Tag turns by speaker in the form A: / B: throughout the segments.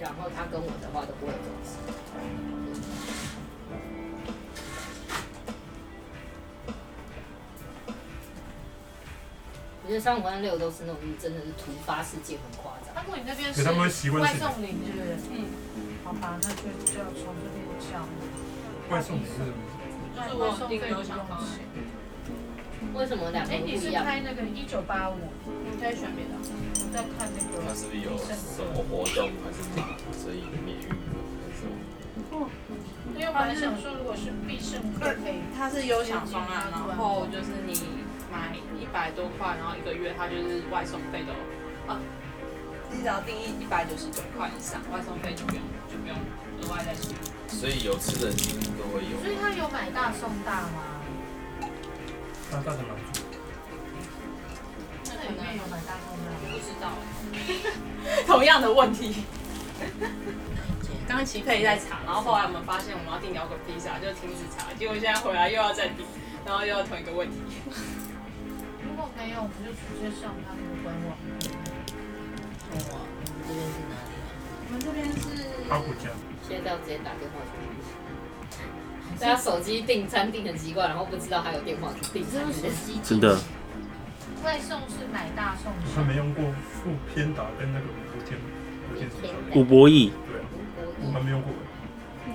A: 然后他跟我的话都不会走失。我觉得三五跟六都是那种真的是突发事件，很夸张。
B: 安过你那边
C: 可
B: 是
C: 他们会习惯
B: 外
C: 性
B: 送领，对不对？
D: 嗯，
E: 好吧，那就就要从这边讲。
C: 外送你是什么？
B: 就是我订的想方案。
E: 哎，
A: 为什么两个都不
E: 你
A: 一
E: 是
A: 样？
E: 开那个一九八五，
D: 你可以选别的。
E: 我在看那
F: 他
E: 个
F: 是不是有什么活动还是什么，所以免疫了还是什么？
E: 因为我本来想说，如果是必胜客可以，
D: 它是优享方案，然后就是你买一百多块，然后一个月它就是外送费都，啊，你只要定义一百九十九块以上，外送费就不用就不用额外再出。
F: 所以有吃的都会有。
E: 所以他有买大送大吗？
C: 大大的满足。
D: 那
E: 那
D: 可
E: 里面
D: 能
E: 有买大送大吗？
D: 不知道。同样的问题。 刚刚齐佩在查，然后后来我们发现我们要订摇滚披萨，就停止查，结果现在回来又要再订，然后又要同一个问题。
E: 如果没有，我们就直接上他们的官网。
A: 这边是哪里啊？
D: 我们这边是
C: 阿古家，
A: 现在要直接打电话去。 大家手机订餐订很奇怪，然后不知道还有电话去订餐这件事。
G: 真的，
E: 外送是买大送
C: 他
E: 小，
C: 没用过副偏打跟那个五天五天什么的，
G: 吴博义
C: 对啊，我们没用过，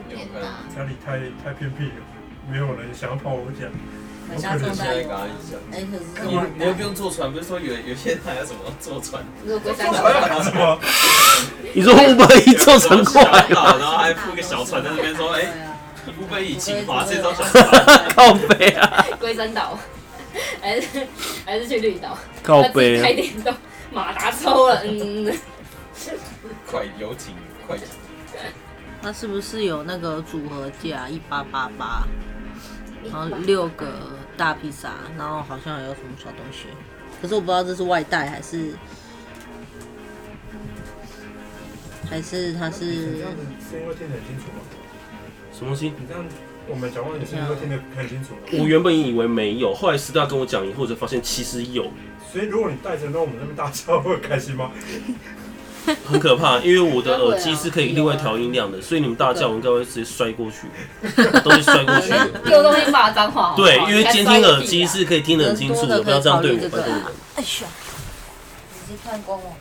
F: 有可能
C: 家里太太偏僻了，没有人想要跑我家。
F: 我可能现在刚刚一想，
A: 哎哎，可是
F: 你你又不用坐船，不是说有有些人还要什么坐船？
A: 如果龟山岛，
C: 干什么？
G: 你说吴博义做成过来
F: 小 岛，然后还附个小船在那边说，哎、不被以清华这艘小船，
G: 靠背啊，
A: 龟山岛，还是还是去绿岛，
G: 靠
A: 他自己
G: 背、
A: 开
G: 啊，
A: 电动，马达抽了，嗯，
F: 快有请，快请。
H: 那是不是有那个组合价一八八八？然后六个大披萨，然后好像还有什么小东西，可是我不知道这是外带还是还是它
C: 你这
H: 是
C: 样子声音会听得很清楚吗？
G: 什么东西？
C: 你这样我们讲话，你声音会听得很清楚吗？
G: 我原本以为没有，后来师大跟我讲以后，才发现其实有，
C: 所以如果你带着让我们那边大笑，会开心吗？
G: 很可 怕。因为我的耳机是可以另外调音量的，所以你们大叫，我应该会直接摔过去，东西摔过去。
A: 丢东西骂脏话。好不好
G: 对，因为监听耳机是可以听得很清楚的，
H: 人
G: 不
H: 多的可以
G: 要这样对我，
H: 考虑这
G: 拜
H: 个
G: 托你们。
H: 哎呀，
E: 你是看官网吗？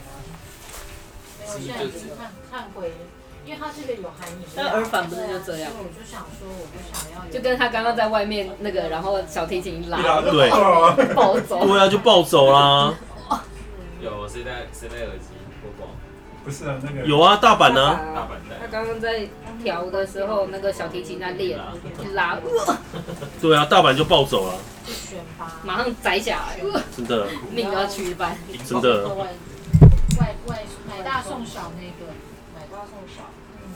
E: 没有，我现在只是看看回，因为它这个有含义。
A: 那耳返不是就这样
E: 所以我就想说，我不想要有。
A: 就跟他刚刚在外面那个，然后小提琴一
C: 你
A: 拉
G: 对
A: 暴走，
G: 对啊，就暴走啦。
F: 有谁戴谁戴耳机？波波
C: 不是啊，那个
G: 有啊，大阪啊，
F: 大阪戴
A: 他。 刚刚在调的时候，那个小提琴在练，一拉，
G: 对啊，大阪就暴走了，
E: 是选拔
A: 马上摘下来，
G: 真的，
A: 命都要去一半。
G: 真的。
E: 外外买大送小那个，买大送小，嗯，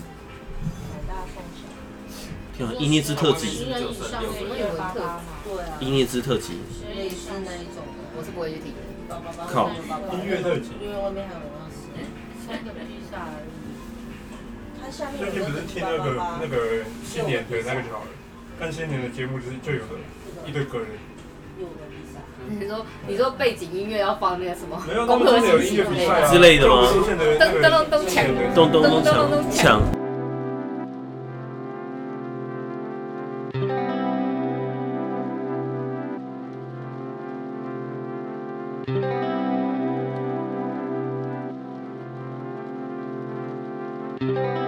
E: 买大送小。
G: 天啊，一念之特辑，
E: 十人以上的一二八八嘛，
H: 对啊，
G: 一念之特辑，
E: 十人
H: 类
E: 以
H: 似
E: 上
H: 那一种
A: 我是不会去听。
H: 的，
G: 靠
E: 哦
C: 音乐特辑，
H: 因为外面还有人要吃。
E: 三个披萨而已。
H: 它下面
C: 最近不是听那个那个新年的那个就好了，看新年的节目就是就有的一堆歌人，
H: 有的披萨，
A: 你说，你说背景音乐要放那个什么
C: 没有，他
A: 攻
C: 们
A: 壳
C: 真的有
A: 机
C: 音
A: 器
C: 乐
A: 之
C: 比
A: 类
C: 赛
A: 的
C: 啊，
G: 之类的吗
C: 新年的那个
A: 咚咚咚锵
G: 咚咚咚锵锵。
F: 我